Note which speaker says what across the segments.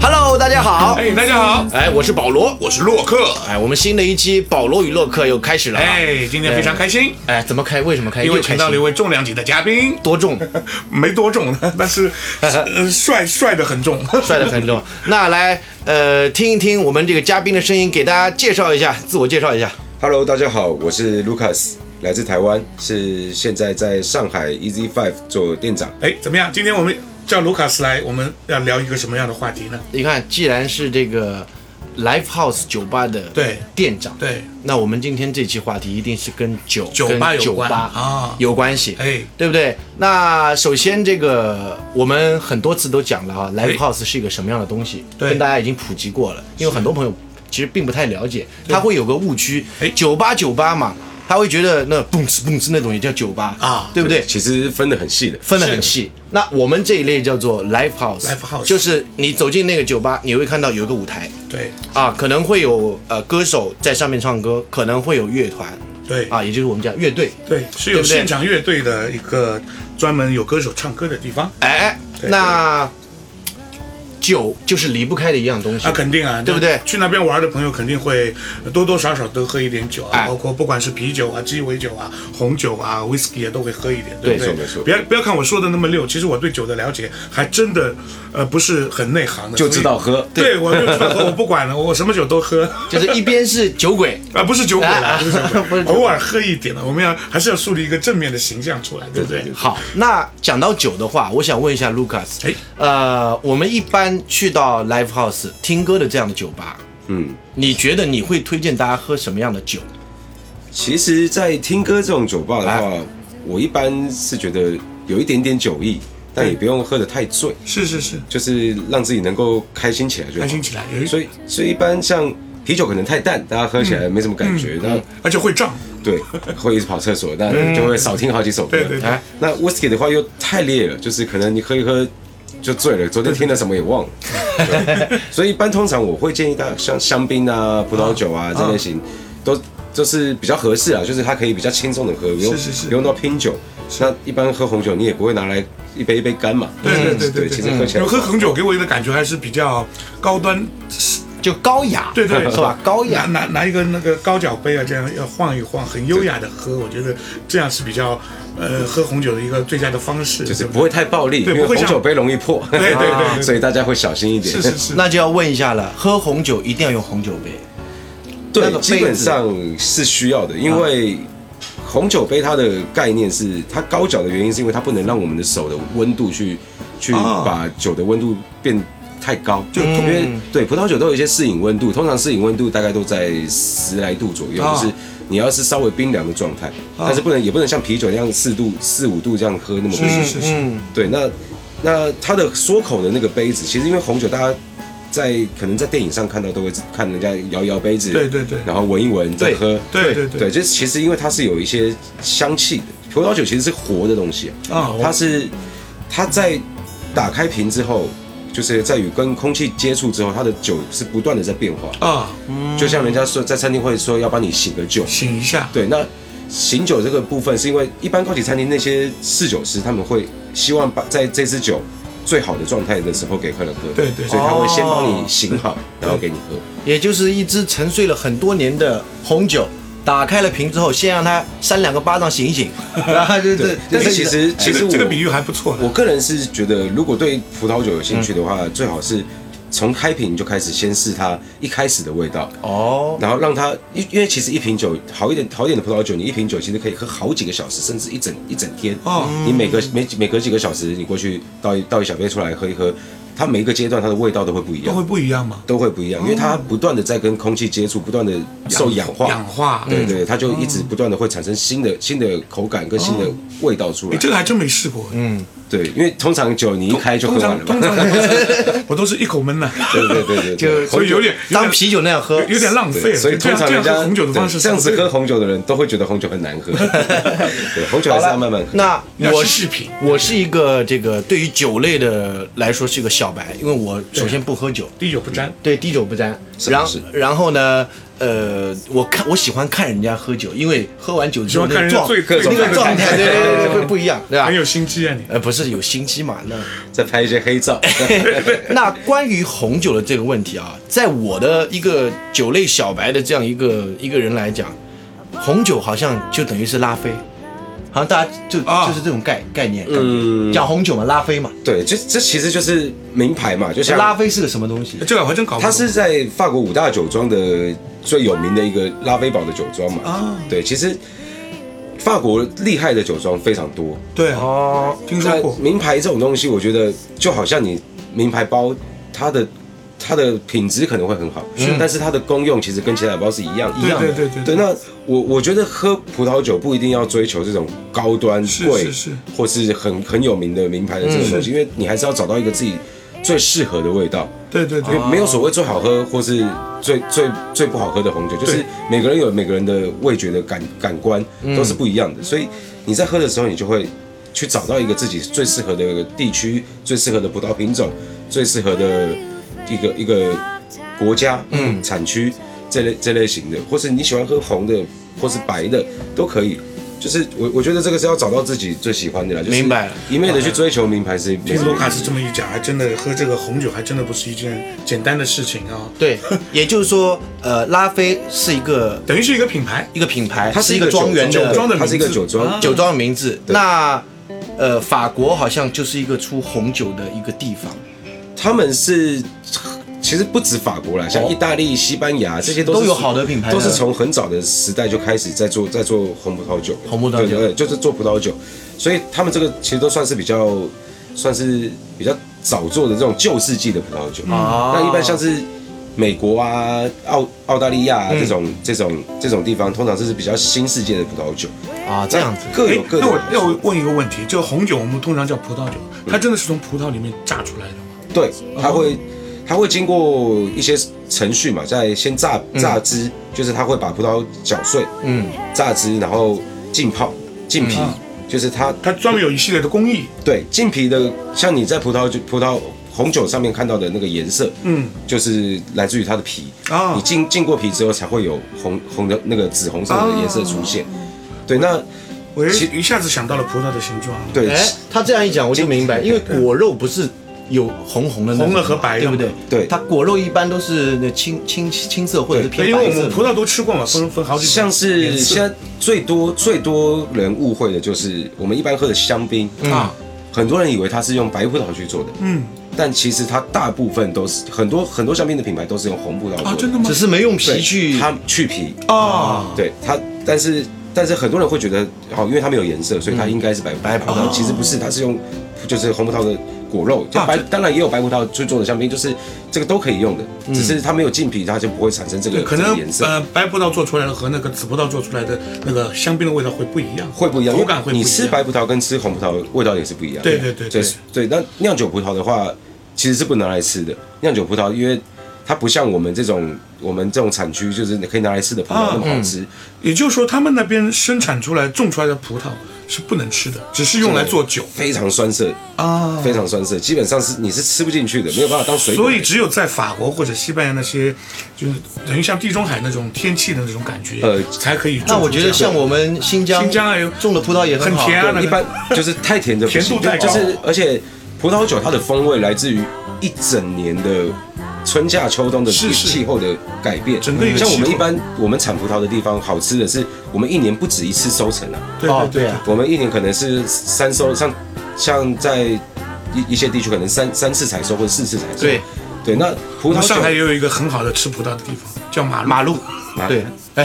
Speaker 1: Hello，大家好。
Speaker 2: 哎，大家好，
Speaker 1: 哎，我是保罗。
Speaker 2: 我是洛克。
Speaker 1: 哎，我们新的一期保罗与洛克又开始了啊。
Speaker 2: 哎，今天非常开心，
Speaker 1: 哎，怎么开？为什么开？
Speaker 2: 因为
Speaker 1: 又开
Speaker 2: 请到了一
Speaker 1: 心
Speaker 2: 位重量级的嘉宾，
Speaker 1: 多重，
Speaker 2: 没多重， 但是呃帅帅的很重。
Speaker 1: 帅的很重。那来，呃，听一听我们这个嘉宾的声音，给大家介绍一下，自我介绍一下。
Speaker 3: Hello，大家好，我是 Lucas，来自台湾，是现在在上海 Easy Five 做店长。
Speaker 2: 哎，怎么样？今天我们叫卢卡斯来，我们要聊一个什么样的话题呢？
Speaker 1: 你看，既然是这个 Live House 酒吧的
Speaker 2: 对
Speaker 1: 店长，
Speaker 2: 对，
Speaker 1: 那我们今天这期话题一定是跟酒、
Speaker 2: 酒
Speaker 1: 跟
Speaker 2: 吧有
Speaker 1: 酒吧
Speaker 2: 关啊
Speaker 1: 有关系，
Speaker 2: 哎
Speaker 1: 对不对？那首先这个我们很多次都讲了啊，Live House 是一个什么样的东西，
Speaker 2: 哎对
Speaker 1: 跟大家已经普及过了，因为很多朋友其实并不太了解，他会有个误区
Speaker 2: 哎，
Speaker 1: 酒吧酒吧嘛，他会觉得那蹦哧蹦哧那种也叫酒吧
Speaker 2: 啊
Speaker 1: 对不对？
Speaker 3: 其实分得很细的，
Speaker 1: 分得很细。那我们这一类叫做 live house，live
Speaker 2: Live house
Speaker 1: 就是你走进那个酒吧，你会看到有一个舞台
Speaker 2: 对
Speaker 1: 啊，可能会有呃歌手在上面唱歌，可能会有乐团
Speaker 2: 对
Speaker 1: 啊，也就是我们讲乐队。
Speaker 2: 对，是
Speaker 1: 对
Speaker 2: 有
Speaker 1: 不对
Speaker 2: 现场乐队的一个专门有歌手唱歌的地方
Speaker 1: 哎，
Speaker 2: 对
Speaker 1: 那酒就是离不开的一样东西
Speaker 2: 啊，。肯定啊，
Speaker 1: 对不对
Speaker 2: 去那边玩的朋友肯定会呃多多少少都喝一点酒
Speaker 1: 哎
Speaker 2: 啊，包括不管是啤酒啊、鸡尾酒啊、红酒啊、whisky 也都会喝一点，对不
Speaker 1: 对
Speaker 2: 对？
Speaker 3: 没错没错
Speaker 2: 不要不要看我说的那么溜，其实我对酒的了解还真的呃不是很内行的，
Speaker 3: 就
Speaker 2: 所以
Speaker 3: 知道喝
Speaker 2: 对，我就知道喝，我不管了，我什么酒都喝。
Speaker 1: 就是一边是酒鬼，
Speaker 2: 啊，不是酒鬼
Speaker 1: 啊
Speaker 2: 了，不是酒
Speaker 1: 不是酒
Speaker 2: 鬼，
Speaker 1: 鬼
Speaker 2: 偶尔喝一点了。啊我们要还是要树立一个正面的形象出来，对不对？
Speaker 1: 好，那讲到酒的话，我想问一下 Lucas，
Speaker 2: 哎
Speaker 1: 呃，我们一般去到 live house 听歌的这样的酒吧，
Speaker 3: 嗯，
Speaker 1: 你觉得你会推荐大家喝什么样的酒？
Speaker 3: 其实，在听歌这种酒吧的
Speaker 2: 啊
Speaker 3: 话，我一般是觉得有一点点酒意，但也不用喝得太醉，
Speaker 2: 是是是，
Speaker 3: 就是让自己能够开心起来就好。
Speaker 2: 开心起来，有一
Speaker 3: 所以，所以一般像啤酒可能太淡，大家喝起来没什么感
Speaker 2: 嗯
Speaker 3: 觉，那、
Speaker 2: 而且会胀，
Speaker 3: 对，会一直跑厕所，那就会少听好几首
Speaker 2: 嗯
Speaker 3: 歌。
Speaker 2: 对对对
Speaker 1: 哎
Speaker 3: 那 whisky 的话又太烈了，就是可能你喝一喝就醉了，昨天听了什么也忘了。 对所以一般通常我会建议大家像香槟啊、葡萄酒啊这类型，都就是比较合适啊，就是它可以比较轻松的喝，不用
Speaker 2: 是是
Speaker 3: 不用到拼酒。那一般喝红酒你也不会拿来一杯一杯干嘛。
Speaker 2: 对对对
Speaker 3: 嗯对，
Speaker 2: 对嗯
Speaker 3: 其实喝起来
Speaker 2: 喝红酒给我的感觉还是比较高端，
Speaker 1: 就高雅，
Speaker 2: 对 对
Speaker 1: 是吧？高
Speaker 2: 拿
Speaker 1: 雅，
Speaker 2: 拿拿一个那个高脚杯啊，这样要晃一晃，很优雅的喝，我觉得这样是比较呃喝红酒的一个最佳的方式，
Speaker 3: 就是
Speaker 2: 对
Speaker 3: 不会太暴力，
Speaker 2: 对
Speaker 3: 因为
Speaker 2: 不会
Speaker 3: 红
Speaker 2: 像
Speaker 3: 酒杯容易破，
Speaker 2: 对对对对
Speaker 3: 所以大家会小心一点。
Speaker 2: 是是是，
Speaker 1: 那就要问一下了，喝红酒一定要用红酒杯，那
Speaker 3: 对
Speaker 1: 个，
Speaker 3: 基
Speaker 1: 杯
Speaker 3: 本
Speaker 1: 子
Speaker 3: 上是需要的，因为红酒杯它的概念是它高脚的原因，是因为它不能让我们的手的温度去去
Speaker 2: 哦
Speaker 3: 把酒的温度变太高，啊就
Speaker 1: 嗯
Speaker 3: 因为对葡萄酒都有一些适饮温度，通常适饮温度大概都在十来度左右，
Speaker 2: 哦
Speaker 3: 就是你要是稍微冰凉的状态，但是不能也不能像啤酒那样四度四五度这样喝那么多。
Speaker 2: 是是是
Speaker 1: 嗯，
Speaker 3: 对，那那它的缩口的那个杯子，其实因为红酒大家。在可能在电影上看到都会看人家摇一摇杯子，
Speaker 2: 对对对
Speaker 3: 然后闻一闻再
Speaker 1: 对
Speaker 3: 喝，
Speaker 2: 对对
Speaker 3: 对，就是其实因为它是有一些香气的，葡萄酒其实是活的东西啊
Speaker 2: 啊，
Speaker 3: 它是它在打开瓶之后，就是在与跟空气接触之后，它的酒是不断的在变化，
Speaker 2: 啊，
Speaker 3: 就像人家说在餐厅会说要帮你醒个酒，
Speaker 2: 醒一 下，
Speaker 3: 对，那醒酒这个部分是因为一般高级餐厅那些侍酒师他们会希望把在这支酒最好的状态的时候给客人喝，
Speaker 2: 对对
Speaker 3: 所以他会先帮
Speaker 1: 哦
Speaker 3: 你醒好，然后给你喝。
Speaker 1: 也就是一支沉睡了很多年的红酒，打开了瓶之后，先让它扇两个巴掌醒一醒，然后就
Speaker 3: 对
Speaker 1: 是，
Speaker 3: 但是
Speaker 1: 就
Speaker 3: 其实其
Speaker 2: 这
Speaker 3: 实
Speaker 2: 个
Speaker 3: 我
Speaker 2: 这个比喻还不错
Speaker 3: 我
Speaker 2: 的，
Speaker 3: 个人是觉得，如果对葡萄酒有兴趣的
Speaker 2: 嗯
Speaker 3: 话，最好是从开瓶就开始先试它一开始的味道，
Speaker 1: 哦，
Speaker 3: 然后让它因因为其实一瓶酒好一点好一点的葡萄酒，你一瓶酒其实可以喝好几个小时，甚至一整一整天。
Speaker 2: 哦
Speaker 3: 你每隔每每隔几个小时，你过去倒一倒一小杯出来喝一喝，它每一个阶段它的味道都会不一
Speaker 2: 都会
Speaker 3: 样，
Speaker 2: 不一样嘛，
Speaker 3: 都会不一样，因为它不断的在跟空气接触，不断的受氧化。
Speaker 2: 氧哦化，哦
Speaker 3: 对对，它就一直不断的会产生新的新的口感跟新的味道出
Speaker 2: 哎，
Speaker 3: 来
Speaker 2: 这。个还真没试过，嗯，
Speaker 3: 对，因为通常酒你一开就喝
Speaker 2: 通
Speaker 3: 完了
Speaker 2: 常
Speaker 3: 嘛
Speaker 2: 通。常我都 是我都是一口闷呐，
Speaker 3: 对对对对，
Speaker 1: 就
Speaker 3: 对
Speaker 2: 所以有点有
Speaker 1: 当
Speaker 2: 点
Speaker 1: 啤酒那样喝
Speaker 2: 有，有点浪费
Speaker 3: 对，
Speaker 2: 了，
Speaker 3: 所以
Speaker 2: 这样
Speaker 3: 通常
Speaker 2: 这
Speaker 3: 人
Speaker 2: 样
Speaker 3: 家
Speaker 2: 喝红酒的方式
Speaker 3: 对
Speaker 2: 是
Speaker 3: 这样子
Speaker 2: 不对
Speaker 3: 喝
Speaker 2: 的
Speaker 3: 红酒的人都会觉得红酒 很难喝。对，红酒还
Speaker 1: 好
Speaker 3: 是
Speaker 1: 了
Speaker 3: 要慢慢喝。
Speaker 1: 那
Speaker 2: 要
Speaker 1: 我
Speaker 2: 细
Speaker 1: 是
Speaker 2: 品
Speaker 1: 我是一个这个对于酒类的来说是一个小白，因为我首先不喝酒，
Speaker 2: 滴酒不沾，
Speaker 1: 对滴酒不沾。
Speaker 3: 是
Speaker 1: 然
Speaker 3: 是
Speaker 1: 然后呢，呃，我看我喜欢看人家喝酒，因为喝完酒之后那
Speaker 2: 喜欢看
Speaker 1: 个
Speaker 2: 人
Speaker 1: 状
Speaker 2: 醉各种
Speaker 1: 那个状态，
Speaker 3: 感
Speaker 1: 对
Speaker 3: 觉
Speaker 1: 对对对，会不一样，对吧
Speaker 2: 很？有心机啊你。
Speaker 1: 呃，不是有心机嘛？那
Speaker 3: 再拍一些黑照。
Speaker 1: 那关于红酒的这个问题啊，在我的一个酒类小白的这样一个一个人来讲，红酒好像就等于是拉菲，好像大家就、
Speaker 2: 啊
Speaker 1: 就是这种概概念，
Speaker 3: 嗯
Speaker 1: 讲红酒嘛，拉菲嘛，
Speaker 3: 对，这这其实就是名牌嘛，就像
Speaker 1: 拉菲是个什么东西？
Speaker 2: 这个我还真搞不懂。
Speaker 3: 它是在法国五大酒庄的最有名的一个拉菲堡的酒庄嘛。
Speaker 2: 啊
Speaker 3: 对，其实法国厉害的酒庄非常多。
Speaker 2: 对啊，
Speaker 1: 哦，
Speaker 2: 听说过
Speaker 3: 那名牌这种东西，我觉得就好像你名牌包，它的它的品质可能会很好，但是它的功用其实跟其他的包是一样一
Speaker 2: 嗯对
Speaker 3: 样
Speaker 2: 对
Speaker 3: 的。
Speaker 2: 对对
Speaker 3: 对，那我我觉得喝葡萄酒不一定要追求这种高端
Speaker 2: 是
Speaker 3: 贵，
Speaker 2: 是嗯是
Speaker 3: 或是很很有名的名牌的这种东西，因为你还是要找到一个自己最适合的味道。
Speaker 2: 对对
Speaker 3: 因
Speaker 2: 对
Speaker 3: 为，没有所谓最好喝或是最最最不好喝的红酒，就是
Speaker 2: 对
Speaker 3: 每个人有每个人的味觉的感感官都是不一样的，所以你在喝的时候，你就会去找到一个自己最适合的地区、最适合的葡萄品种、最适合的一个一个国家、嗯产区这类这类型的，或是你喜欢喝红的或是白的都可以。就是我我觉得这个是要找到自己最喜欢的啦，就是
Speaker 1: 明白了
Speaker 3: 一昧的去追求名牌是没
Speaker 2: 听
Speaker 3: 什么
Speaker 2: 卢
Speaker 3: 意
Speaker 2: 卡
Speaker 3: 思。
Speaker 2: 斯这么一讲，还真的喝这个红酒还真的不是一件简单的事情啊。
Speaker 1: 对，也就是说，呃，拉菲是一个
Speaker 2: 等于是一个品牌，
Speaker 1: 一个品牌，
Speaker 3: 它是
Speaker 1: 一
Speaker 3: 一
Speaker 1: 个
Speaker 3: 个
Speaker 1: 庄园
Speaker 3: 酒
Speaker 1: 的啊
Speaker 2: 庄的
Speaker 3: 它是一个
Speaker 2: 名字
Speaker 3: 酒庄，
Speaker 1: 酒庄的名字。那呃，法国好像就是一个出红酒的一个地方。
Speaker 3: 他们是其实不止法国啦，像意大利、西班牙这些都是
Speaker 1: 哦都有好的品牌的
Speaker 3: 都是从很早的时代就开始在做在做红葡萄酒，
Speaker 1: 红葡萄酒
Speaker 3: 对对，就是做葡萄酒，所以他们这个其实都算是比较算是比较早做的这种旧世纪的葡萄酒。
Speaker 1: 哦
Speaker 3: 那一般像是。美国啊、澳澳大利亚、啊这种、
Speaker 1: 嗯
Speaker 3: 这种这种地方，通常这是比较新世界的葡萄酒。
Speaker 1: 啊，这样子。
Speaker 3: 各有各的
Speaker 2: 那我
Speaker 3: 好处
Speaker 2: 要问一个问题，就红酒我们通常叫葡萄酒，它真的是从葡萄里面榨出来的吗？
Speaker 3: 对，它会它会经过一些程序嘛，在先榨榨汁，就是它会把葡萄搅碎，
Speaker 1: 嗯，
Speaker 3: 榨汁，然后浸泡、浸皮，就是它
Speaker 2: 它专门有一系列的工艺。
Speaker 3: 对浸皮的，像你在葡萄酒、葡萄红酒上面看到的那个颜色，
Speaker 2: 嗯，
Speaker 3: 就是来自于它的皮
Speaker 2: 啊
Speaker 3: 你浸浸过皮之后，才会有红红的那个紫红色的颜色出现。对，那
Speaker 2: 我一
Speaker 3: 其
Speaker 2: 一下子想到了葡萄的形状。啊
Speaker 3: 对
Speaker 1: 哎，他这样一讲我就明白，因为果肉不是有红红的那种嘛，
Speaker 2: 红的和白的
Speaker 1: 对不对
Speaker 2: 嘛？
Speaker 3: 对
Speaker 1: 它果肉一般都是那青青青色或者是
Speaker 2: 对，
Speaker 1: 偏
Speaker 2: 因
Speaker 1: 白
Speaker 2: 为我
Speaker 1: 色
Speaker 2: 们
Speaker 1: 的
Speaker 2: 葡萄都吃过嘛，分分好几种
Speaker 3: 像是
Speaker 2: 颜色
Speaker 3: 现在最多最多人误会的就是我们一般喝的香槟
Speaker 2: 啊，
Speaker 3: 很多人以为它是用白葡萄去做的，
Speaker 2: 嗯
Speaker 3: 但其实它大部分都是很多很多香槟的品牌都是用红葡萄做的，
Speaker 2: 啊，真的吗
Speaker 1: 只？是没用
Speaker 3: 对
Speaker 1: 皮去
Speaker 3: 它去皮，
Speaker 2: 啊，
Speaker 3: 对它，但是但是很多人会觉得，好，因为它没有颜色，所
Speaker 2: 嗯
Speaker 3: 以它应该是白白葡
Speaker 2: 哦
Speaker 3: 萄，其实不是，它是用就是红葡萄的果肉，就
Speaker 2: 啊
Speaker 3: 白
Speaker 2: 这
Speaker 3: 当然也有白葡萄去做的香槟，就是这个都可以用的，只是它没有浸皮，它就不会产生这个
Speaker 2: 嗯对，可
Speaker 3: 这个
Speaker 2: 能
Speaker 3: 颜色。
Speaker 2: 呃，白葡萄做出来的和那个紫葡萄做出来的那个香槟的味道会不一样，
Speaker 3: 会不一样，
Speaker 2: 口感会不一
Speaker 3: 你
Speaker 2: 样。
Speaker 3: 吃白葡萄跟吃红葡萄味道也是不一样的。
Speaker 2: 对对对对
Speaker 3: 对。那酿酒葡萄的话，其实是不能拿来吃的。酿酒葡萄，因为它不像我们这种我们这种产区，就是你可以拿来吃的葡
Speaker 2: 啊
Speaker 3: 萄那
Speaker 2: 嗯
Speaker 3: 么好吃。
Speaker 2: 也就是说，他们那边生产出来、种出来的葡萄是不能吃的，只是用来做酒
Speaker 3: 非常酸涩，
Speaker 2: 啊。
Speaker 3: 非常酸涩，基本上是你是吃不进去的，没有办法当水果。
Speaker 2: 所以只有在法国或者西班牙那些，就是等于像地中海那种天气的那种感觉，
Speaker 3: 呃
Speaker 2: 才可以种出这
Speaker 1: 那
Speaker 2: 样。
Speaker 1: 我觉得像我们新疆
Speaker 2: 新疆还有
Speaker 1: 种的葡萄也
Speaker 2: 很
Speaker 1: 好，
Speaker 2: 甜
Speaker 1: 对
Speaker 2: 啊那
Speaker 3: 一般就是太甜的不行，
Speaker 2: 甜度太高
Speaker 3: 就是而且葡萄酒它的风味来自于一整年的春夏秋冬的
Speaker 2: 是是
Speaker 3: 气候的改变。
Speaker 2: 整个一个
Speaker 3: 像我们
Speaker 2: 气
Speaker 3: 一
Speaker 2: 候
Speaker 3: 般我们产葡萄的地方，好吃的是我们一年不止一次收成啊，
Speaker 2: 对
Speaker 1: 哦
Speaker 2: 对对
Speaker 1: 对啊
Speaker 3: 我们一年可能是三收，像像在一一些地区可能三三次采收或者四次采收。
Speaker 1: 对
Speaker 3: 对，那葡
Speaker 2: 我
Speaker 3: 萄
Speaker 2: 们上海也
Speaker 3: 酒
Speaker 2: 有一个很好的吃葡萄的地方，叫马路，
Speaker 1: 马路，
Speaker 3: 啊
Speaker 1: 对，哎哎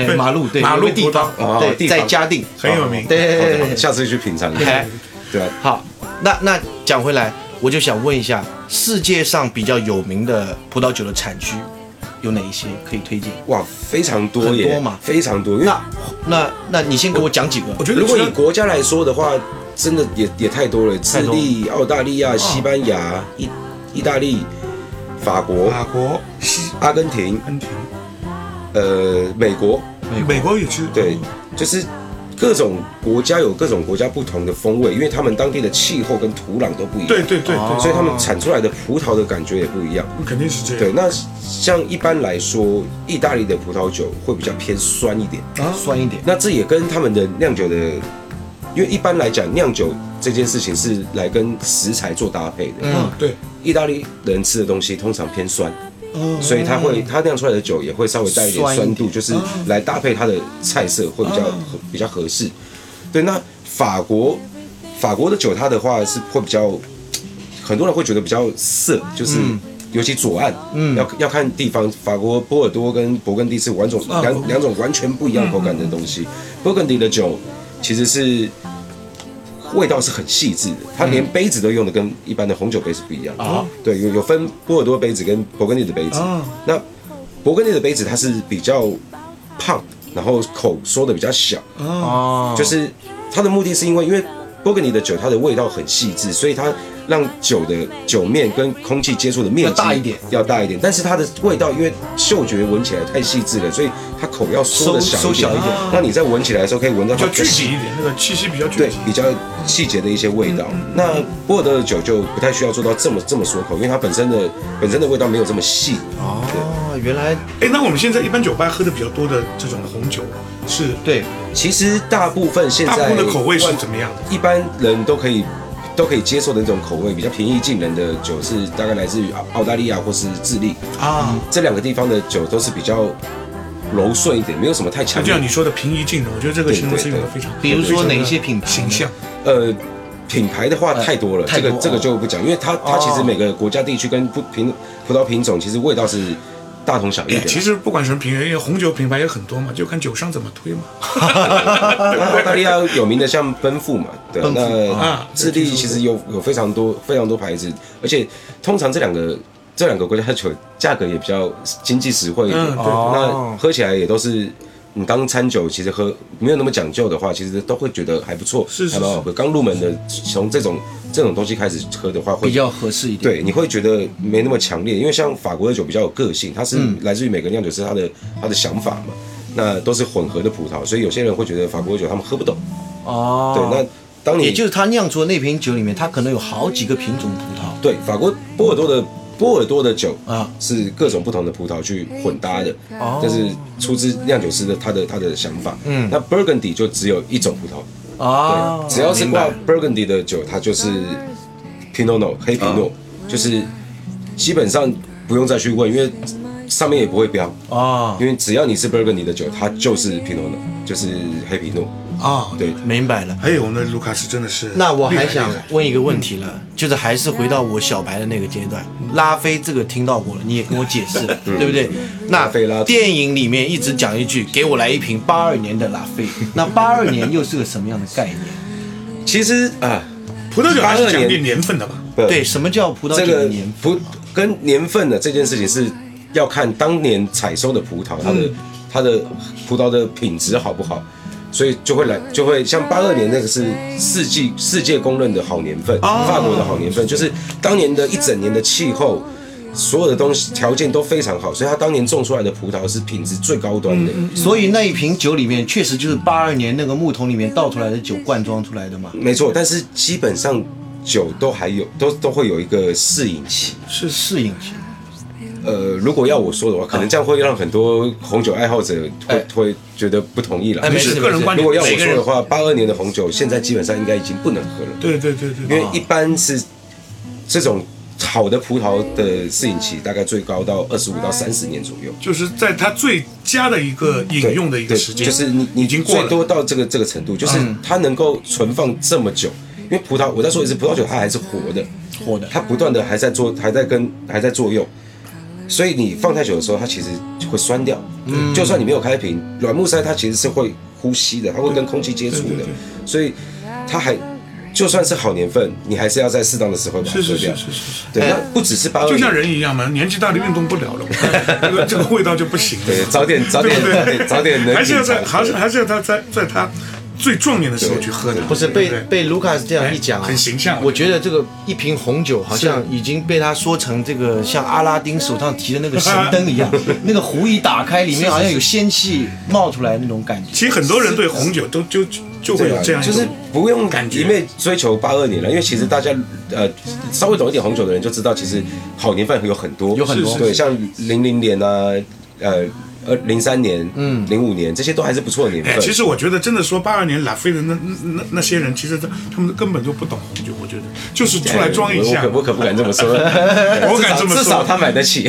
Speaker 1: 哎哎，马路对，
Speaker 2: 马路
Speaker 1: 有个地
Speaker 2: 葡萄
Speaker 1: 方
Speaker 3: 哦
Speaker 1: 对，
Speaker 3: 地
Speaker 1: 在
Speaker 3: 方
Speaker 1: 嘉定，
Speaker 2: 很有
Speaker 3: 哦
Speaker 2: 名。
Speaker 1: 对对对对
Speaker 3: 好
Speaker 1: 对
Speaker 3: 的下次去品尝 一下
Speaker 1: 哎。
Speaker 3: 对啊，
Speaker 1: 好，那那讲回来，我就想问一下，世界上比较有名的葡萄酒的产区有哪一些可以推荐？
Speaker 3: 哇，非常多
Speaker 1: 很
Speaker 3: 耶，
Speaker 1: 多嘛
Speaker 3: 非常多。因为
Speaker 1: 那那那你先给我讲几个
Speaker 2: 我觉得
Speaker 3: 如果
Speaker 2: 除
Speaker 3: 以
Speaker 2: 了
Speaker 3: 国家来说的话，真的也也太多了，智
Speaker 1: 太多
Speaker 3: 利、澳大利亚、西班牙、意意大利、法国、
Speaker 2: 法国、西
Speaker 3: 阿根廷、
Speaker 2: 根廷、
Speaker 3: 呃，美国，
Speaker 1: 美
Speaker 2: 美国也吃，
Speaker 3: 对，就是各种国家有各种国家不同的风味，因为他们当地的气候跟土壤都不一样，
Speaker 2: 对对对对，
Speaker 3: 所以他们产出来的葡萄的感觉也不一样。
Speaker 2: 肯定是这样。
Speaker 3: 对，那像一般来说，意大利的葡萄酒会比较偏酸一点，
Speaker 2: 啊，
Speaker 1: 酸一点。
Speaker 3: 那这也跟他们的酿酒的，因为一般来讲酿酒这件事情是来跟食材做搭配的。
Speaker 1: 嗯
Speaker 2: 嗯，对，
Speaker 3: 意大利人吃的东西通常偏酸，所以他会他酿出来的酒也会稍微带一点
Speaker 1: 哦酸一
Speaker 3: 酸
Speaker 1: 点哦
Speaker 3: 度，就是来搭配它的菜色会比较合比较合适。对，那法国法国的酒它的话是会比较，很多人会觉得比较涩，就是。
Speaker 1: 嗯
Speaker 3: 尤其左岸，嗯，要要看地方。法国波尔多跟勃艮第是完种两两种完全不一样口感的东西。
Speaker 1: 嗯
Speaker 3: 勃艮第的酒其实是味道是很细致的，它连杯子都用的跟一般的红酒杯是不一样的。
Speaker 1: 啊
Speaker 3: 对，有有分波尔多杯子跟勃艮第的杯子。
Speaker 1: 嗯
Speaker 2: 啊
Speaker 3: 那勃艮第的杯子它是比较胖，然后口缩的比较小，
Speaker 1: 哦，
Speaker 3: 就是它的目的是因为因为勃艮第的酒它的味道很细致，所以它让酒的酒面跟空气接触的面积
Speaker 1: 要大一点，
Speaker 3: 要大一点。但是它的味道因为嗅觉闻起来太细致了，所以它口要缩的
Speaker 1: 收
Speaker 3: 小一
Speaker 1: 收小
Speaker 3: 点
Speaker 1: 一点啊。
Speaker 3: 那你在闻起来的时候可以闻到
Speaker 2: 比较
Speaker 3: 它的
Speaker 2: 具
Speaker 3: 细
Speaker 2: 体一点，那个气息比较具
Speaker 3: 对
Speaker 2: 体。
Speaker 3: 比较细节的一些味
Speaker 2: 嗯
Speaker 3: 道。那波尔多的酒就不太需要做到这么这么缩口，因为它本身的本身的味道没有这么细。
Speaker 1: 哦，原来
Speaker 2: 哎，那我们现在一般酒吧喝的比较多的这种红酒，是
Speaker 1: 对，
Speaker 3: 其实大部分现
Speaker 2: 大
Speaker 3: 在
Speaker 2: 部分的口味是怎么样的？
Speaker 3: 一般人都可以都可以接受的那种口味，比较平易近人的酒是大概来自于澳澳大利亚或是智利
Speaker 1: 嗯
Speaker 2: 啊？
Speaker 3: 这两个地方的酒都是比较柔顺一点，没有什么太
Speaker 2: 那
Speaker 3: 强
Speaker 2: 就
Speaker 3: 烈
Speaker 2: 像你说的平易近人，我觉得这个
Speaker 3: 对
Speaker 2: 形容词
Speaker 3: 对
Speaker 2: 用的
Speaker 3: 对
Speaker 2: 非常。
Speaker 1: 比如说
Speaker 2: 非常的
Speaker 1: 哪一些品牌呢
Speaker 2: 形象？
Speaker 3: 呃，品牌的话太
Speaker 2: 呃
Speaker 3: 多了，
Speaker 1: 太
Speaker 3: 这
Speaker 1: 多
Speaker 3: 个
Speaker 1: 哦
Speaker 3: 这个就不讲，因为它它其实每个国家地区
Speaker 2: 哦
Speaker 3: 跟不品葡萄品种其实味道是大同小异的。
Speaker 2: 哎其实不管什么品牌，因为红酒品牌也很多嘛，就看酒商怎么推嘛。
Speaker 3: 那澳大利亚有名的像奔富嘛，对啊，
Speaker 1: 奔富
Speaker 3: 那
Speaker 2: 啊
Speaker 3: 智利其实有有非常多非常多牌子，而且通常这两个这两个国家的酒价格也比较经济实惠一点，
Speaker 2: 嗯对
Speaker 3: 那
Speaker 1: 哦
Speaker 3: 喝起来也都是。你当餐酒其实喝没有那么讲究的话，其实都会觉得还不错，
Speaker 2: 是是
Speaker 3: 还蛮好喝。刚入门的，从这种这种东西开始喝的话，会
Speaker 1: 比较合适一点。，
Speaker 3: 对，你会觉得没那么强烈，因为像法国的酒比较有个性，它是
Speaker 1: 嗯
Speaker 3: 来自于每个酿酒师他的他的想法嘛，那都是混合的葡萄，所以有些人会觉得法国酒他们喝不懂。
Speaker 1: 哦，
Speaker 3: 对，那当你
Speaker 1: 也就是他酿出的那瓶酒里面，它可能有好几个品种葡萄。
Speaker 3: 对法国波尔多的波尔多的酒
Speaker 1: 啊
Speaker 3: 是各种不同的葡萄去混搭的，
Speaker 1: 哦
Speaker 3: 这是出自酿酒师的他的他的想法。嗯，那 Burgundy 就只有一种葡萄，
Speaker 1: 哦，
Speaker 3: 只要是
Speaker 1: 明
Speaker 3: 挂
Speaker 1: 白
Speaker 3: Burgundy 的酒，它就是 Pinot n o 黑皮
Speaker 1: 哦
Speaker 3: 诺，就是基本上不用再去问，因为上面也不会标，
Speaker 1: 哦，
Speaker 3: 因为只要你是 Burgundy 的酒，它就是 Pinot n o 就是黑皮诺。
Speaker 2: 啊，
Speaker 3: 对，
Speaker 1: 明白了。
Speaker 2: 哎呦，那卢卡斯真的是厉害。
Speaker 1: 那我还想
Speaker 2: 厉害
Speaker 1: 问一个问题了，就是还是回到我小白的那个阶段，拉菲这个听到过了，你也跟我解释了，嗯 对不对？那
Speaker 3: 拉菲拉
Speaker 1: 电影里面一直讲一句，给我来一瓶八二年的拉菲。那八二年又是个什么样的概念？
Speaker 3: 其实啊，
Speaker 2: 葡萄酒还是讲
Speaker 3: 82
Speaker 2: 究
Speaker 3: 年
Speaker 2: 年份的吧？
Speaker 3: 不
Speaker 1: 对，什么叫葡萄
Speaker 3: 这
Speaker 1: 酒
Speaker 3: 个
Speaker 1: 的年份？
Speaker 3: 葡跟年份的这件事情是要看当年采收的葡萄，它的、
Speaker 1: 嗯
Speaker 3: 它的葡萄的品质好不好，所以就会来就会像八二年那个是世纪世界公认的好年份，
Speaker 1: 哦
Speaker 3: 法国的好年份，就是当年的一整年的气候。所有的东西条件都非常好，所以它当年种出来的葡萄是品质最高端的。
Speaker 1: 所以那一瓶酒里面确实就是八二年那个木桶里面倒出来的酒灌装出来的嘛。
Speaker 3: 没错，但是基本上酒都还有都都会有一个适应期。
Speaker 1: 是适应性，
Speaker 3: 呃，如果要我说的话，可能这样会让很多红酒爱好者会、
Speaker 1: 哎
Speaker 3: 会觉得不同意了。
Speaker 1: 哎没
Speaker 3: 就
Speaker 1: 事
Speaker 3: 是
Speaker 2: 个人
Speaker 1: 没事
Speaker 2: 观
Speaker 3: 如
Speaker 2: 点
Speaker 3: 果要我
Speaker 1: 每个
Speaker 3: 说
Speaker 1: 人
Speaker 3: 的话，八二年的红酒现在基本上应该已经不能喝了，
Speaker 2: 对对对对，
Speaker 3: 因
Speaker 2: 对啊
Speaker 3: 为一般是这种好的葡萄的适应期大概最高到二十五到三十年左右。
Speaker 2: 就是在它最佳的一个饮
Speaker 3: 对
Speaker 2: 用的一个
Speaker 3: 对
Speaker 2: 时间，
Speaker 3: 就是你你
Speaker 2: 已经过
Speaker 3: 最
Speaker 2: 了。嗯
Speaker 3: 多到这个这个程度，就是它能够存放这么久。因为葡萄，我再说一次，葡萄酒它还是活的，
Speaker 1: 活的
Speaker 3: 它不断的还在做，还在跟还在作用，所以你放太久的时候，它其实就会酸掉。嗯，就算你没有开瓶，软木塞它其实是会呼吸的，它会跟空气接触
Speaker 2: 对
Speaker 3: 的
Speaker 2: 对，
Speaker 3: 所以它还就算是好年份，你还是要在适当的时候把它
Speaker 2: 是
Speaker 3: 喝
Speaker 2: 是
Speaker 3: 掉
Speaker 2: 是。是是是。
Speaker 3: 对，那不只是八二
Speaker 2: 就
Speaker 3: 年，
Speaker 2: 像人一样嘛，年纪大了运动不了 了，这个这个味道就不行了。
Speaker 3: 对，早点早点
Speaker 2: 对不对
Speaker 3: 早点能
Speaker 2: 还是要
Speaker 3: 品尝
Speaker 2: 在，还是还是要他在在他最壮年的时候去喝的，
Speaker 1: 不是
Speaker 2: 对
Speaker 1: 被
Speaker 2: 对
Speaker 1: 被卢卡斯这样一讲啊，
Speaker 2: 哎很形象
Speaker 1: 我觉得这个一瓶红酒好像已经被他说成这个像阿拉丁手上提的那个神灯一样，那个壶一打开，里面好像有仙气冒出来那种感觉。
Speaker 2: 其实很多人对红酒都就就会
Speaker 3: 对
Speaker 2: 有
Speaker 3: 啊，
Speaker 2: 这样一
Speaker 3: 就
Speaker 2: 种
Speaker 3: 是不用
Speaker 2: 感觉
Speaker 3: 一味追求八二年了，因为其实大家呃稍微懂一点红酒的人就知道，其实好年份有很多，
Speaker 1: 有很多是是
Speaker 3: 对，像零零年啊，呃呃零三年，嗯，零五年这些都还是不错的年
Speaker 2: 哎，
Speaker 3: 份。
Speaker 2: 其实我觉得真的说八二年拉菲的那那那那些人，其实他他们根本就不懂红酒，我觉得就是出来装一下
Speaker 3: 哎我。我可我可不敢这么 说，
Speaker 2: 我
Speaker 3: 我
Speaker 2: 敢这么说
Speaker 3: 至少他买得起。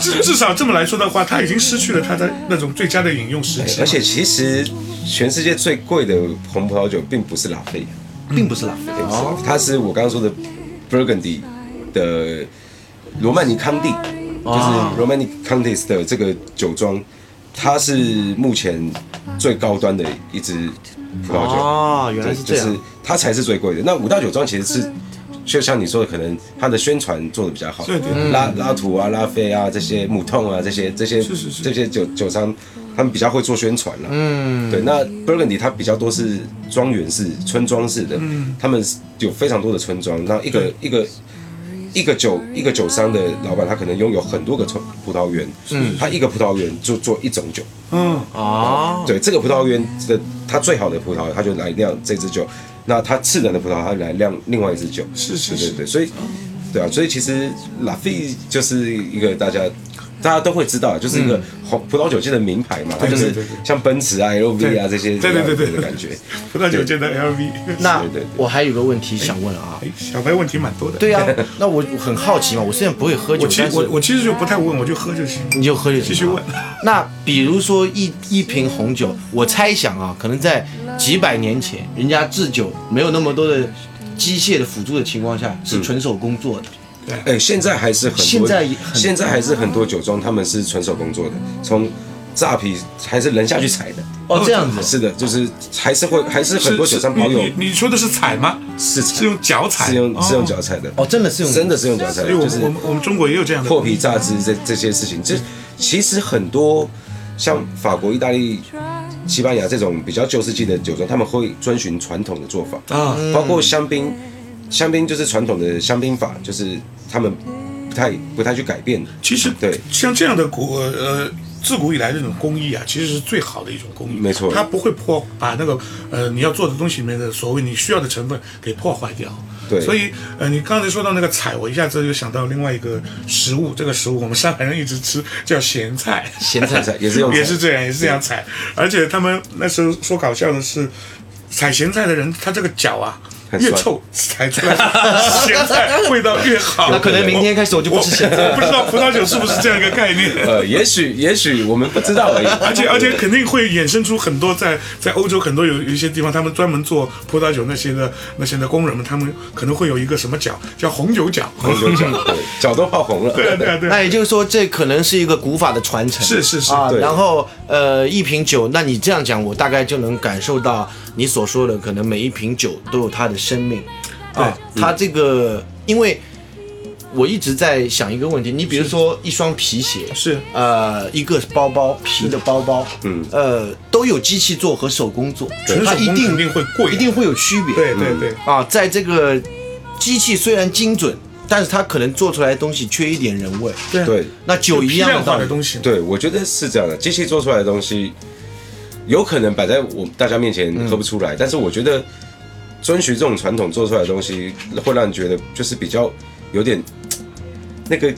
Speaker 2: 至至少这么来说的话，他已经失去了他的那种最佳的饮用时机。
Speaker 3: 哎而且其实全世界最贵的红葡萄酒并不是拉菲，
Speaker 1: 并不是拉菲。
Speaker 3: 并不是拉菲它是我刚刚说的 Burgundy 的罗曼尼康帝，就是 Romani Contis 的这个酒庄，它是目前最高端的一支葡萄酒。
Speaker 1: 哦，原来是这
Speaker 3: 就
Speaker 1: 样。
Speaker 3: 是它才是最贵的。那五大酒庄其实是，就像你说的，可能它的宣传做的比较好，
Speaker 2: 对对对
Speaker 3: 拉拉图啊、拉菲啊这些母痛啊这些这些
Speaker 2: 是是
Speaker 3: 这些酒酒商，他们比较会做宣传了、嗯，对。那 Burgundy 它比较多是庄园式、村庄式的，他们有非常多的村庄，那一个一个。一个酒一个酒商的老板，他可能拥有很多个村葡萄园，嗯，他一个葡萄园就做一种酒，
Speaker 2: 嗯，
Speaker 1: 哦，
Speaker 3: 对，这个葡萄园的它最好的葡萄，它就来酿这支酒；那它次等的葡萄，它来酿另外一支酒。
Speaker 2: 是是
Speaker 3: 对
Speaker 2: 是
Speaker 3: 对对，所以，对啊，所以其实拉菲就是一个大家。大家都会知道，就是一个红葡萄酒界的名牌嘛，它
Speaker 2: 对
Speaker 3: 就
Speaker 2: 对
Speaker 3: 是
Speaker 2: 嗯对对
Speaker 3: 像奔驰啊、LV
Speaker 2: 对
Speaker 3: 啊这些
Speaker 2: 对对对对
Speaker 3: 的感觉。
Speaker 2: 葡萄酒界的 LV。
Speaker 1: 那
Speaker 3: 对对对
Speaker 1: 我还有个问题想问啊。
Speaker 2: 哎，小白问题蛮多的。
Speaker 1: 对呀、啊那我很好奇嘛，我虽然不会喝酒
Speaker 2: 我，其
Speaker 1: 但
Speaker 2: 实
Speaker 1: 是
Speaker 2: 我我其实就不太问，我就喝就行。
Speaker 1: 你就喝就行
Speaker 2: 继续问
Speaker 1: 啊 那比如说一一瓶红酒，我猜想啊，可能在几百年前，人家制酒没有那么多的机械的辅助的情况下，是纯手工做的。
Speaker 3: 哎，现在还是很多，
Speaker 1: 现在也很
Speaker 3: 现在还是很多酒庄他们是纯手工做的，从榨皮还是人下去采的。
Speaker 1: 哦，这样子。
Speaker 3: 是的，就是还是会还是
Speaker 2: 是
Speaker 3: 很多酒商
Speaker 2: 是
Speaker 3: 保有
Speaker 2: 你你你说的是踩吗？
Speaker 3: 是采
Speaker 2: 是用脚踩，
Speaker 3: 是用是用脚
Speaker 2: 哦。
Speaker 3: 踩的。
Speaker 1: 哦，真的是用
Speaker 3: 真的是用脚踩
Speaker 2: 所
Speaker 3: 的，
Speaker 2: 以我
Speaker 3: 就
Speaker 2: 们
Speaker 3: 是
Speaker 2: 我们我们中国也有这样的
Speaker 3: 破皮榨汁这这些事情。这其实很多像法国、意大利、西班牙这种比较旧世纪的酒庄，他们会遵循传统的做法，
Speaker 2: 啊，
Speaker 3: 包括香槟，香槟就是传统的香槟法，就是他们不太不太去改变。
Speaker 2: 其实
Speaker 3: 对
Speaker 2: 像这样的古呃自古以来这种工艺啊，其实是最好的一种工艺，
Speaker 3: 没错
Speaker 2: 它不会破把那个呃你要做的东西里面的所谓你需要的成分给破坏掉。
Speaker 3: 对
Speaker 2: 所以呃你刚才说到那个菜，我一下子就想到另外一个食物，这个食物我们上海人一直吃叫咸菜，
Speaker 1: 咸菜
Speaker 3: 菜也是用
Speaker 2: 也是这样，也是这样踩。而且他们那时候说搞笑的是，踩咸菜的人，他这个脚啊。
Speaker 3: 很
Speaker 2: 越
Speaker 3: 酸
Speaker 2: 臭踩出来的 咸菜味道越好。
Speaker 1: 那可能明天开始我就不吃咸菜
Speaker 2: 我我不知道葡萄酒是不是这样一个概念。
Speaker 3: 呃，也许也许我们不知道而已。
Speaker 2: 而且而且肯定会衍生出很多在在欧洲很多有有一些地方，他们专门做葡萄酒那些的那些的工人们，他们可能会有一个什么角叫红酒角。
Speaker 1: 哦
Speaker 3: 红酒脚，对脚都泡红了。
Speaker 2: 对啊对啊对啊，
Speaker 1: 那也就是说，这可能是一个古法的传承。
Speaker 2: 是是是
Speaker 1: 啊，
Speaker 3: 对
Speaker 1: 然后呃，一瓶酒，那你这样讲，我大概就能感受到你所说的，可能每一瓶酒都有它的生命。啊，
Speaker 2: 嗯
Speaker 1: 它这个，因为我一直在想一个问题，你比如说一双皮鞋，
Speaker 2: 是
Speaker 1: 呃，一个包包，皮的包包，嗯，呃，都有机器做和手工做，
Speaker 2: 纯手
Speaker 1: 它
Speaker 2: 工
Speaker 1: 一定
Speaker 2: 肯定会贵啊
Speaker 1: 一定会有区别。
Speaker 2: 对对对，
Speaker 1: 啊，在这个机器虽然精准，但是它可能做出来的东西缺一点人味。
Speaker 2: 对啊
Speaker 3: 对
Speaker 1: 那酒一
Speaker 2: 批
Speaker 1: 样
Speaker 2: 量
Speaker 1: 的道
Speaker 2: 化
Speaker 1: 理
Speaker 2: 的，东西。
Speaker 3: 对，我觉得是这样的。机器做出来的东西，有可能摆在我大家面前喝不出
Speaker 2: 嗯
Speaker 3: 来，但是我觉得遵循这种传统做出来的东西，会让你觉得就是比较有点那个。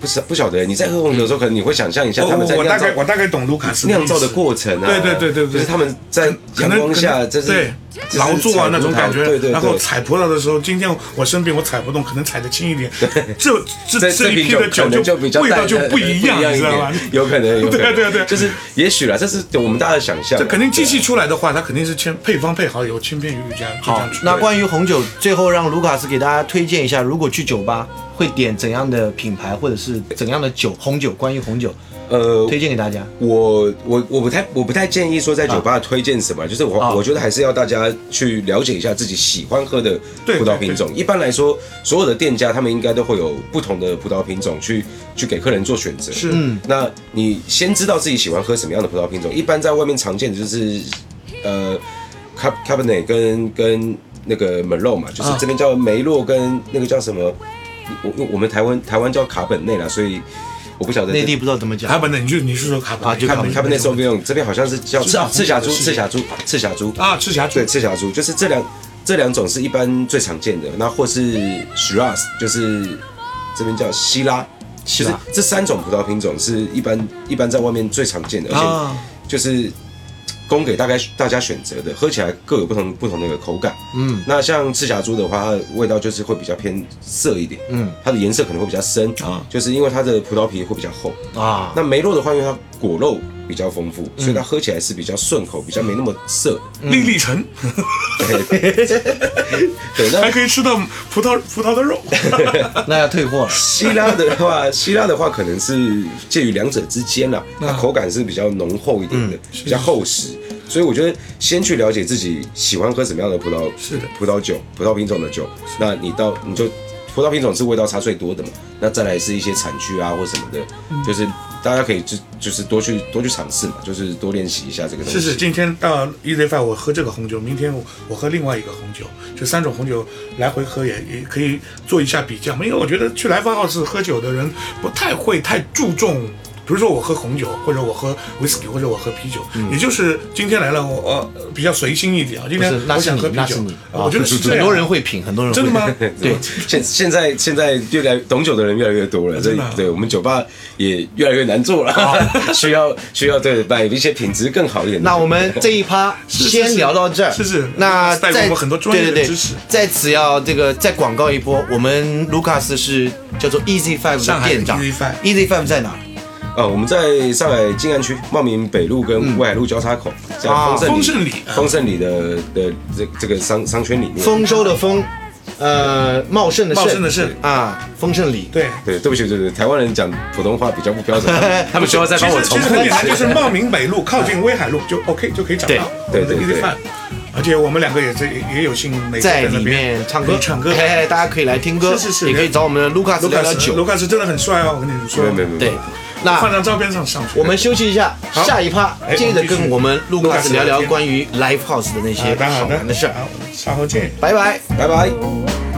Speaker 3: 不是不晓得，你在喝红酒的时候，可能你会想象一下
Speaker 2: 我
Speaker 3: 他们在
Speaker 2: 嗯哦我我大
Speaker 3: 酿造
Speaker 2: 概我大概懂卢卡斯的
Speaker 3: 酿造
Speaker 2: 意思
Speaker 3: 的过程啊，
Speaker 2: 对对对对对
Speaker 3: 就是他们在
Speaker 2: 可
Speaker 3: 阳
Speaker 2: 能
Speaker 3: 光
Speaker 2: 可
Speaker 3: 下，
Speaker 2: 能
Speaker 3: 这是
Speaker 2: 对
Speaker 3: 这是
Speaker 2: 劳作啊
Speaker 3: 采
Speaker 2: 那种
Speaker 3: 葡萄
Speaker 2: 感觉，
Speaker 3: 对对对，
Speaker 2: 然后采葡萄的时候，今天我生病我采不动，可能采的轻一点，这这
Speaker 3: 这
Speaker 2: 这
Speaker 3: 这
Speaker 2: 一
Speaker 3: 瓶
Speaker 2: 批的酒
Speaker 3: 可能就比较
Speaker 2: 味道
Speaker 3: 淡
Speaker 2: 就
Speaker 3: 呃
Speaker 2: 不一样，你
Speaker 3: 一
Speaker 2: 知道吗
Speaker 3: 点？有可能，有可能
Speaker 2: 对啊对啊对啊
Speaker 3: 就是也许啦，这是我们大家的想象啊。
Speaker 2: 这肯定机
Speaker 3: 对啊
Speaker 2: 器出来的话，它肯定是千配方配好有千篇一律这样就这
Speaker 1: 好
Speaker 2: 样，出来。
Speaker 1: 那关于红酒，最后让卢卡斯给大家推荐一下，如果去酒吧会点怎样的品牌或者是怎样的酒，红酒，关于红酒
Speaker 2: 哦
Speaker 3: 呃，
Speaker 1: 推荐给大家。
Speaker 3: 我我我不太我不太建议说在酒吧推荐什么，就是我、
Speaker 1: 啊
Speaker 3: 我觉得还是要大家去了解一下自己喜欢喝的
Speaker 2: 对
Speaker 3: 葡萄品种。一般来说，所有的店家他们应该都会有不同的葡萄品种去去给客人做选择。
Speaker 2: 是嗯
Speaker 3: 那你先知道自己喜欢喝什么样的葡萄品种。一般在外面常见的就是呃，Cab Cabernet 跟跟那个 Merlot 嘛，就是这边叫梅洛跟那个叫什么，我我们台湾台湾叫卡本内啦，所以我不晓得
Speaker 1: 内地不知道怎么讲
Speaker 2: 卡本的，你就你是说卡本
Speaker 1: 啊就
Speaker 3: 卡
Speaker 1: 卡本
Speaker 3: 卡本内收费用这边好像是叫赤赤霞珠、赤霞珠、赤霞珠
Speaker 2: 啊，赤霞珠
Speaker 3: 对，赤霞珠就是这两这两种是一般最常见的，那或是 Shiraz，就是这边叫希拉，其实
Speaker 1: 拉
Speaker 3: 这三种葡萄品种是一般一般在外面最常见的，而
Speaker 2: 啊
Speaker 3: 且就是供给大概大家选择的，喝起来各有不同不同的口感。嗯，那像赤霞珠的话，它的味道就是会比较偏涩一点，嗯，它的颜色可能会比较深
Speaker 1: 啊
Speaker 3: 就是因为它的葡萄皮会比较厚。
Speaker 1: 啊
Speaker 3: 那梅洛的话，因为它果肉比较丰富，所以它喝起来是比较顺口，比较没那么涩。
Speaker 2: 粒粒橙，
Speaker 3: 对，那
Speaker 2: 还可以吃到葡萄葡萄的肉。
Speaker 1: 那要退货了。
Speaker 3: 希拉的话，希拉的话可能是介于两者之间啦，它口感是比较浓厚一点的，
Speaker 2: 嗯
Speaker 3: 比较厚实。所以我觉得先去了解自己喜欢喝什么样的葡萄，
Speaker 2: 是的
Speaker 3: 葡萄酒、葡萄品种的酒。那你到你就葡萄品种是味道差最多的嘛，那再来是一些产区啊或什么的，
Speaker 2: 嗯
Speaker 3: 就是大家可以就就是多去多去尝试嘛，就是多练习一下这个东西。
Speaker 2: 是是，今天到 e z Five 我喝这个红酒，明天我我喝另外一个红酒，就三种红酒来回喝也也可以做一下比较嘛。因为我觉得去来发号是喝酒的人不太会太注重。比如说我喝红酒，或者我喝 whisky，或者我喝啤酒，也就是今天来了，我呃比较随心一点啊。今
Speaker 1: 不
Speaker 2: 天
Speaker 1: 是，那
Speaker 2: 我
Speaker 1: 是
Speaker 2: 想
Speaker 1: 你
Speaker 2: 喝，啤
Speaker 1: 那
Speaker 2: 酒
Speaker 1: 是你，
Speaker 2: 啊我觉得是这
Speaker 1: 很
Speaker 2: 样。
Speaker 1: 多人会品，很多人会
Speaker 2: 真的吗？
Speaker 1: 对，
Speaker 3: 现现在现在越来懂酒的人越来越多了，所
Speaker 2: 真
Speaker 3: 以
Speaker 2: 的啊
Speaker 3: 对我们酒吧也越来越难做了， 需要需要对买一些品质更好一点 的。
Speaker 1: 那我们 这一趴
Speaker 2: 是
Speaker 1: 先
Speaker 2: 是
Speaker 1: 聊到这儿，
Speaker 2: 是是
Speaker 1: 那
Speaker 2: 带给
Speaker 1: 在
Speaker 2: 我们很多专业的
Speaker 1: 对对对
Speaker 2: 知识
Speaker 1: 在此要这个再广告一波，我们卢卡斯是叫做 Easy Five
Speaker 2: 上
Speaker 1: 的
Speaker 2: 海
Speaker 1: 店长
Speaker 2: Easy Five
Speaker 1: ，Easy Five 在哪？
Speaker 3: 呃，我们在上海静安区茂名北路跟外海路交叉口，在
Speaker 1: 啊
Speaker 3: 丰
Speaker 2: 丰盛
Speaker 3: 盛
Speaker 2: 里
Speaker 3: 里丰盛里的的这这个商商圈里面。
Speaker 1: 丰收的丰，呃，茂盛的盛，
Speaker 2: 茂盛的盛
Speaker 1: 啊，丰盛里。
Speaker 2: 对，
Speaker 3: 对，对不起，对对，台湾人讲普通话比较不标准，他们他们需要再
Speaker 2: 其
Speaker 3: 帮我
Speaker 2: 实
Speaker 3: 重
Speaker 2: 其实
Speaker 3: 复
Speaker 2: 很
Speaker 3: 一
Speaker 2: 简单，就
Speaker 3: 次。
Speaker 2: 是茂名北路靠近威海路就 OK 就可以找到我
Speaker 3: 对
Speaker 2: 们的
Speaker 3: 对
Speaker 2: Easy
Speaker 3: 对
Speaker 2: Five，而且我们两个也是也也有幸每次
Speaker 1: 在
Speaker 2: 那
Speaker 1: 里
Speaker 2: 边
Speaker 1: 面唱歌，
Speaker 2: 唱歌。
Speaker 1: 嘿嘿，大家可以来听歌，
Speaker 2: 是是是
Speaker 1: 也可以找我们的卢卡斯
Speaker 2: 卢
Speaker 1: 聊
Speaker 2: 卡
Speaker 1: 聊
Speaker 2: 斯，卢
Speaker 1: 酒。
Speaker 2: 卡斯真的很帅哦，我跟你说。
Speaker 3: 没有没有没有，
Speaker 1: 对，
Speaker 2: 放
Speaker 1: 那
Speaker 2: 张照片上上去。
Speaker 1: 我们休息一下，
Speaker 2: 好
Speaker 1: 下一趴
Speaker 2: 哎
Speaker 1: 接着
Speaker 2: 我们继续
Speaker 1: 跟我们卢卡斯聊
Speaker 2: 卢卡
Speaker 1: 聊
Speaker 2: 斯聊天啊
Speaker 1: 关于 Live House 的那
Speaker 2: 好
Speaker 1: 些
Speaker 2: 的好
Speaker 1: 好
Speaker 2: 的
Speaker 1: 玩的事儿。
Speaker 2: 好，稍后见。
Speaker 1: 拜拜。
Speaker 3: 拜拜。
Speaker 4: Ooh,